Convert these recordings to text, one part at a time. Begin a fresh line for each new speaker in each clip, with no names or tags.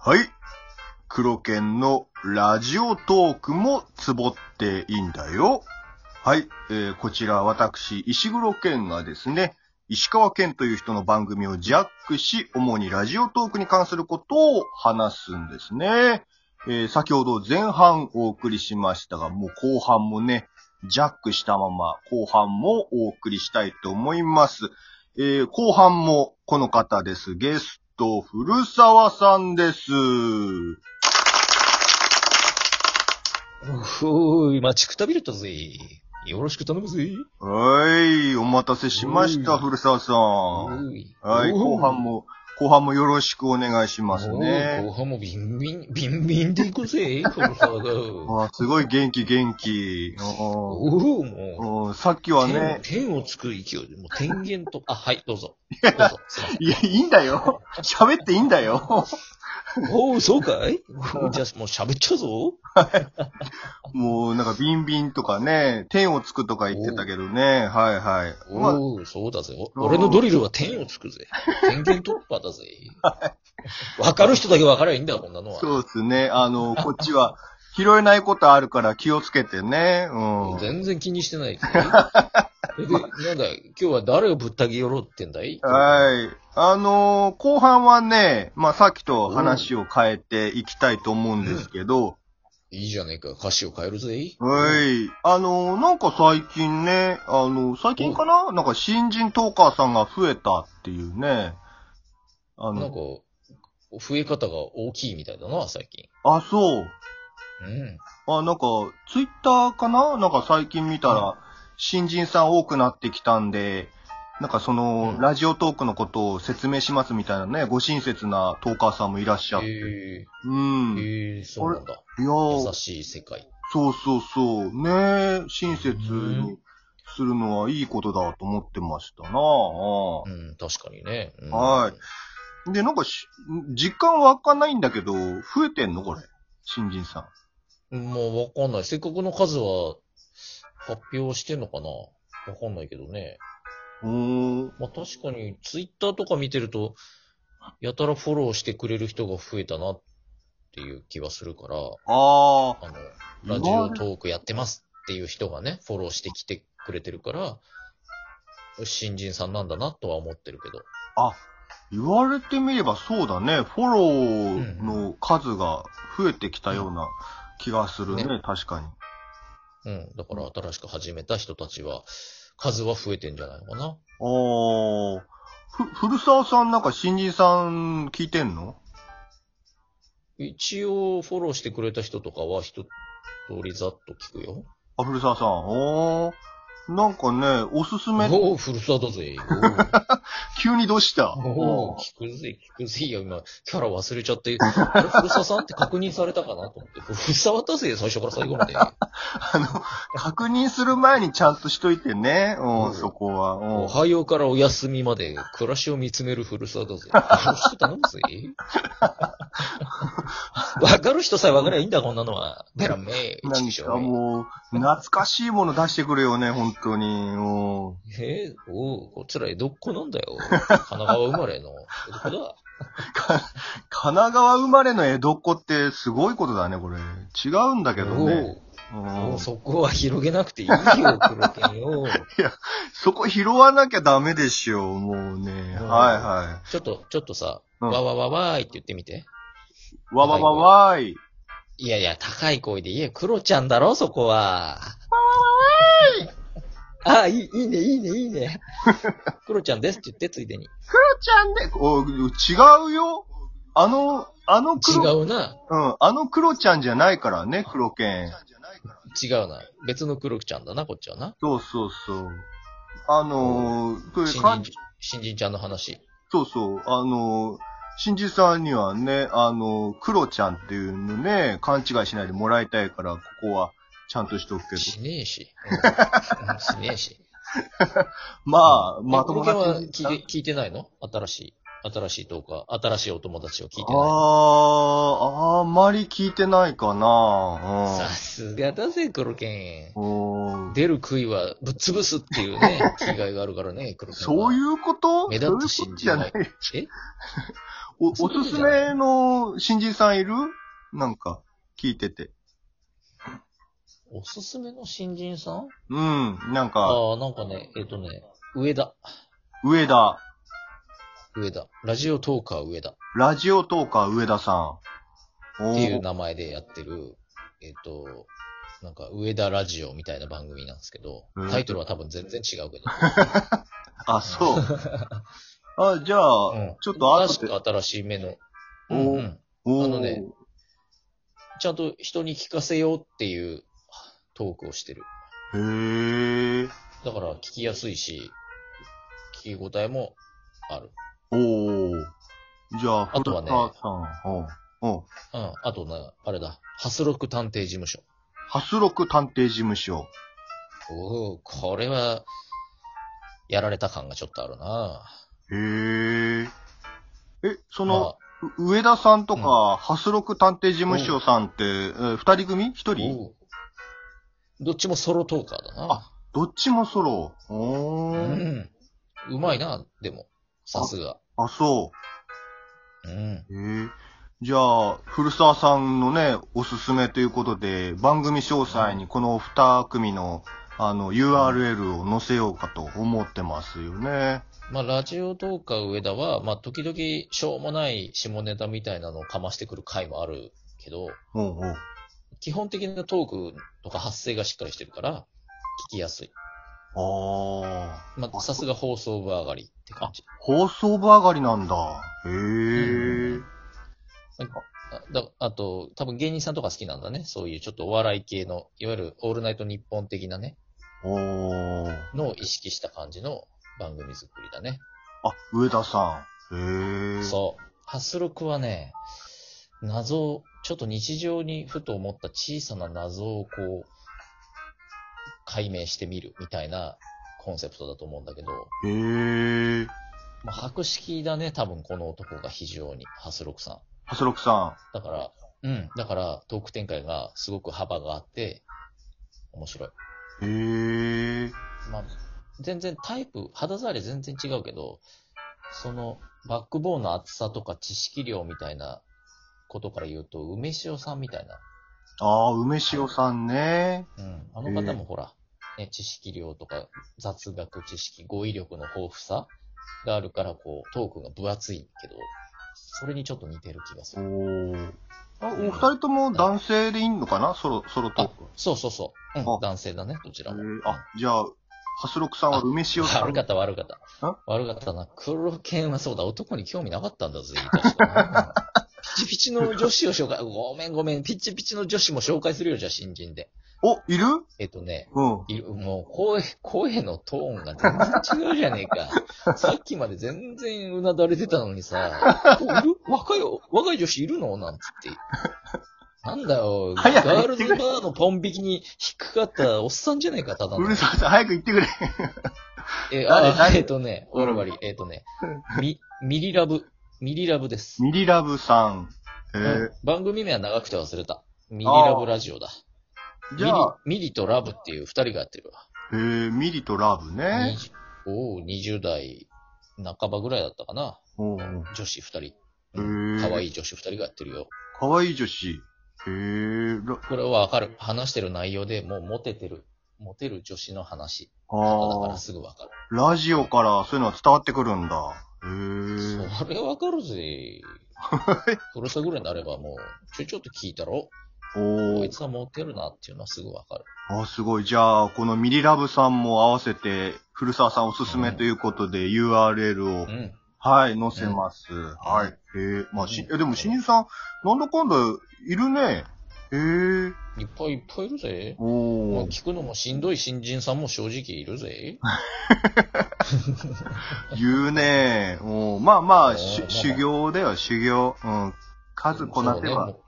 はい。黒犬のラジオトークもツボっていいんだよ。はい。えーこちら私、石黒健がですね、石川健という人の番組をジャックし、主にラジオトークに関することを話すんですね。えー先ほど前半お送りしましたが、もう後半もね、ジャックしたまま後半もお送りしたいと思います。えー後半もこの方です。ゲスト、古澤さんです。
おーい、待ちくたびれたぜ。よろしく頼むぜ。
はい、お待たせしまし
う
た、
ん
古澤さん。は
はい
い、後半
も
も、後半もよろしくお願いします
おー
ね。
後半もビンビン、ビンビンで行くぜ、フォロワーが。
わあすごい元気元気。うん
おおも
うんさっき
う、
はね、
天天をつく勢いで、もう天元と、あ、はい、どうぞ。どうぞ。すいません
いや、いいんだよ。喋っていいんだよ。
おー、そうかいじゃあ、もう喋っちゃうぞ。
もう、なんか、ビンビンとかね、天をつくとか言ってたけどね、はいはい。まあ
おー、そうだぜ。お俺のドリルは天をつ くぜ。天元突破だぜ。わかる人だけわからりゃいいんだよ、こんなのは。
そうですね。あの、 こっちは拾えないことあるから気をつけてね。うん。
全然気にしてない ですね。で、なんだ、今日は誰をぶった切ろうってんだい
はい。あのー後半はね、まあ、さっきと話を変えていきたいと思うんですけど、
い。いいじゃねえか、歌詞を変えるぜ。
はい。あのーなんか最近ね、あのー最近かななんか新人トーカーさんが増えたっていうね。あ
なん
の
か、、増え方が大きいみたいだな、最近。
あ、そう。
うん。
あ、なんか、ツイッターかななんか最近見たら、新人さん多くなってきたんで、なんかその、
うん
ラジオトークのことを説明しますみたいなね、ご親切なトーカーさんもいらっしゃって。
え
うん。
ー、
い
えー、そうなんだ。
や
優
ー
しい世界。
そうそうそう。ねえ親切
う
にするのはいいことだと思ってましたな
う
あ
ん、確かにね。うん
はい。で、なんかし、実感湧かないんだけど、増えてんのこれ。新人さん。
もうわかんない。せっかくの数は発表してんのかなわかんないけどね。
うーん。
まあ確かに、ツイッターとか見てると、やたらフォローしてくれる人が増えたなっていう気はするから、
あ
あの、
あ。
ラジオトークやってますっていう人がね、フォローしてきてくれてるから、新人さんなんだなとは思ってるけど。
あ、言われてみればそうだね。フォローの数が増えてきたような気がするね、
ね
確かに。
うん。だから新しく始めた人たちは、数は増えてんじゃないのかな。
あー。ふ、古澤さんなんか新人さん聞いてんの
一応、フォローしてくれた人とかは、一通りざっと聞くよ。
あ、古澤さん。おー。なんかね、おすすめ、
おお、ふるさとぜ。
急にどうした
おーおー、聞くぜ、聞くぜ。いや、今、キャラ忘れちゃって、あれ、古沢さんって確認されたかなと思って。 古沢だぜ、最初から最後ま で。
あの、確認する前にちゃんとしといてね。う、
うんん
そこは。うん
おはようからお休みまで、暮らしを見つめる古 沢だぜ。よろしく頼むぜ。わかる人さえわかりゃいいんだ、こんなのは。ベラメー、
な
一
ん
気象
か。もう、懐かしいもの出してくれよね、本当に。うん。
えー、おう、こっちら江戸っ子なんだよ。神奈川生まれの江戸っ子だ。
か神奈川生まれの江戸っ子ってすごいことだね、これ。違うんだけどね。う
おう、も
ん
うそこは広げなくていいよ、黒犬よ。
そこ拾わなきゃダメでしょ、もうね。
うん
は
ちょっと、ちょっとさ、
うん
わわわわーいって言ってみて。
いはい。わわわわーい。
いやいや、高い声で言えよ。黒ちゃんだろ、そこは。あ、いい、いいね、いいね、いいね。黒ちゃんですって言って、ついでに。
ちゃんね。お違うよ。あの、あの
違
黒、
うな、
うん、あの黒ちゃんじゃないからね、黒犬。
違うな。別の黒ちゃんだな、こっちはな。
そうそうそう。あのー、そういう
新
感
人、新人ちゃんの話。
そうそう、あのー、新人さんにはね、あのー、クロちゃんっていうのね、勘違いしないでもらいたいから、ここはちゃんとしておくけど。
しね えし。うんうんしねえし。
まあ、ま
ま
と
と
も
も
な
は
新人さ
聞
ん
いて聞いてないの新しい。新しいトーカー、新しいお友達を聞いてな
あー、あんまり聞いてないか
い。さ
な
すがだぜ、黒剣。
うん。うん
出る杭はぶっ潰すっていうね、 気概があるからね、黒剣は。
そういうこと
目立つ新人
そういうことじゃない。
え
お、
そ
お
ういうこと
す
じ
す
ゃない
めの新人さんいるなんか、聞いてて。
おすすめの新人さん
うん、なんか、
ああ、なんかね、えっ、とね、上田。
上田、
上田。ラジオトーカー上田っ
ラジオトーカー上田さん。お
ていう
ー
名前でやってる、えっ、と、なんか、上田ラジオみたいな番組なんですけど
うん、
タイトルは多分全然違 うけど。
あ、 そう。あ、じゃあ、
うん
ちょっと後
確
で。
か新しい目の。
おー
うんうん
おー
あのねちゃんと人に聞かせようっていうトークをしてる。
へー。
だから聞きやすいし、聞き応えもある。
おー。じゃあ、
あとはね
古川さん。うん。うん。
うん。あとね、あれだ。ハスロック探偵事務所。
ハスロク探偵事務所。
おおこれは、やられた感がちょっとあるな
へー。え、そ
ま
の
あ、
う上田さんとか、ハスロク探偵事務所さんって、えー二人組一人
おうどっちもソロトーカーだな。
どっちもソロ。お
う
ー。
ん。うまいな、でも。さすが。
あ、そ
うん。
う。へー。じゃあ、古澤さんのね、おすすめということで、番組詳細にこの二組の、あの、URL を載せようかと思ってますよね。
まあ、ラジオトーカー上田は、まあ、時々、しょうもない下ネタみたいなのをかましてくる回もあるけど、
おうおう。
基本的なトークとか発声がしっかりしてるから、聞きやすい。
ああ。
まあ、さすが放送部上がりって感じ。
放送部上がりなんだ。へえ
うん。あだあと、多分芸人さんとか好きなんだね。そういうちょっとお笑い系の、いわゆるオールナイト日本的なね、
おー。
のを意識した感じの番組作りだね。
あ、上田さん。へえ。
そう。ハスロクはね、謎を、ちょっと日常にふと思った小さな謎をこう、解明してみるみたいなコンセプトだと思うんだけど、
へえ。
まあ、白色だね、多分この男が非常に、ハスロクさん。
ハスロクさ
だから、うん。だから、トーク展開がすごく幅があって、面白い。
ん。へえ。
まあ、全然タイプ、肌触り全然違うけど、その、バックボーンの厚さとか知識量みたいなことから言うと、梅塩さんみたいな。
ああ、梅塩さんね。
うん。あの方もほら、ね、知識量とか雑学知識、語彙力の豊富さがあるから、こう、トークが分厚いけど、それにちょっと似てる気がす
お
る。
ー。あ、お二人とも男性でいいのかなソロ、ソロトーク。
そうそうそう。うん
あ。
男性だね、どちらも
へ。ーあ、じゃあ、ハスロクさんは梅塩さん。
悪かった、悪かった
ん。
悪かったな。黒犬はそうだ、男に興味なかったんだぜ、 確かにピチピチの女子を紹介、ごめんごめん、ピチピチの女子も紹介するよ、じゃあ、新人で。
お、いる
えっとね、
うん。
いるもう声、声のトーンが全然違うじゃねえ か。さっきまで全然うなだれてたのにさ、おいる若い、若い女子いるのなんつって。なんだよ、ガ
早く
ールズバーのポン引きに引っかかったおっさんじゃねえか、ただの
う。るさい。早く言ってくれ。
えー、
誰
あ
誰
ー、えっ、とね、終わり終わり、えっ、とね、み、ミリラブ、ミリラブです。
ミリラブさん。へ
う
え
ん。番組名は長くて忘れた。ミリラブラジオだ。
じゃあ、
ミリ、ミリとラブっていう二人がやってるわ。
へえ、ミリとラブね。
20おう、20代半ばぐらいだったかな。
おー
女子二人。
へえ。
可愛い女子二人がやってるよ。
かわいい女子。へえ、ら
これはわかる。話してる内容でもうモテてる。モテる女子の話。だか
あ
ら
あ、
すぐわかる。
ラジオからそういうのは伝わってくるんだ。へえ。
それわかるぜ。 それさぐらいになればもう、ちょいちょっと聞いたろ
お
こ
お
い。つはモテるなっていうのはすぐわかる。
あ、すごい。じゃあ、このミリラブさんも合わせて、古澤さんおすすめということで、URL を、
うん。
はい、載せます。はい。へえ。まあ、し、え、でも、新人さん、なんだかんだ、いるね。へえ。
いっぱいいっぱいいるぜ。ま
お
あ
お。
聞くのもしんどい新人さんも正直いるぜ。
言うね。おーまあまあ、
ね
し
まあ
修行だよ、修行。うん。数こなせ
そうね
ば。
もう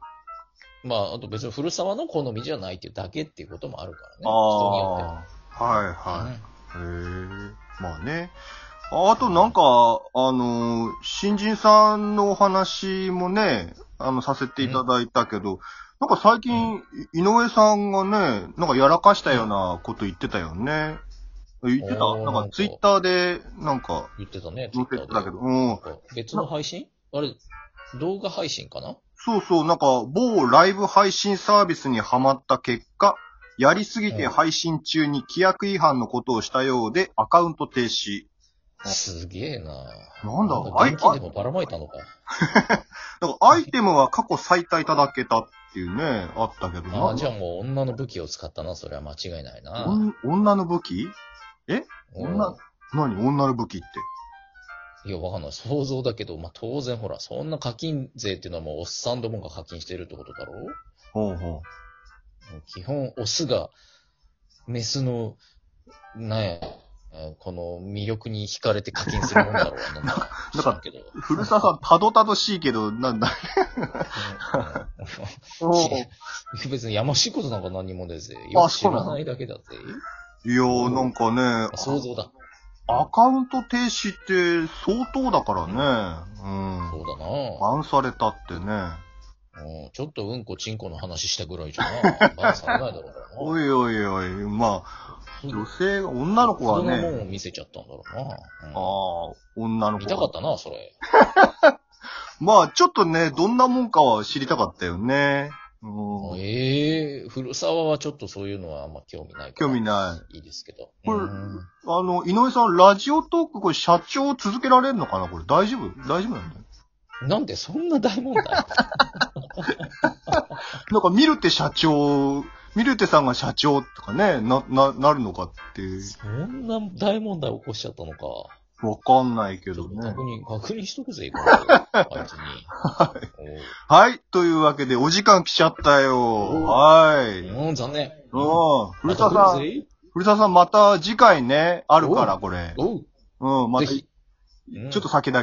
まあ、あと別に古沢の好みじゃないっていうだけっていうこともあるからね。人によっては。
ああ。はいはい。へえ。まあね。あとなんか、あのー、新人さんのお話もね、あの、させていただいたけど、なんか最近、い井上さんがね、なんかやらかしたようなこと言ってたよね。言ってた
おー
なんかツイッターで、なんか、
言ってたね、
載せてたけど、うん。
ど。別の配信あれ、動画配信かな
そうそう、なんか、某ライブ配信サービスにハマった結果、やりすぎて配信中に規約違反のことをしたようで、アカウント停止。
すげえな
なんだ、あ
あ
い
現
あ
金でもばらまいたのか。
だからアイテムは過去最多いただけたっていうね、あったけど
あ
な
あ、。じゃあもう女の武器を使ったな、それは間違いないな。
おん女の武器
うん
女何女の武器って。
いや、わかんない。想像だけど、まあ、当然ほら、そんな課金税っていうのはもうおっさんどもが課金してるってことだろも
ほうほ
う基本、オスが、メスの、なんや、この魅力に惹かれて課金するもんだろう な。なんか知らんけど。
う。古澤さん、たどたどしいけど、なん だ。
うんうん 別にやましいことなんか何もねえぜ。よ
あ
く知
そうな
ら
の
ないだけだぜ。
いやー、なんかね、
想像だ。
アカウント停止って相当だからね。うん。
そうだな、
バンされたってね。
うん。ちょっとうんこちんこの話したぐらいじゃな。バンされないだろうから な。
おいおいおい、まあ、
そう
女性、女の子は
そんなもん
ね、
を見せちゃったんだろうな。うん
ああ、女の
見たか
子
っ。たな、それ。
まあ、ちょっとね、どんなもんかは知りたかったよね。うん、
ええ古沢はちょっとそういうのはあんま興味ないから。
興味ない。
い。いですけど。
これ
うん
あの、井上さん、ラジオトーク、これ、社長続けられるのかなこれ、大丈夫大丈夫なんだよ。
なんでそんな大問題
なんか、見るって社長、見るってさんが社長とかね、な、な、なるのかって、
そんな大問題起こしちゃったのか。
わかんないけ
ちょ
ど
っと
ね
確。認、確認しとく ぜ、今度あいつに。
はい、というわけで、お時間来ちゃったよ。
お
はい。うん。
おうん、残念。
古田さ
また
ん、
来るぜ
古田さん、また次回ね、あるから、これ。
おう、
うん、ま
ぜ
た、ち
ひ。
ょっと先だけ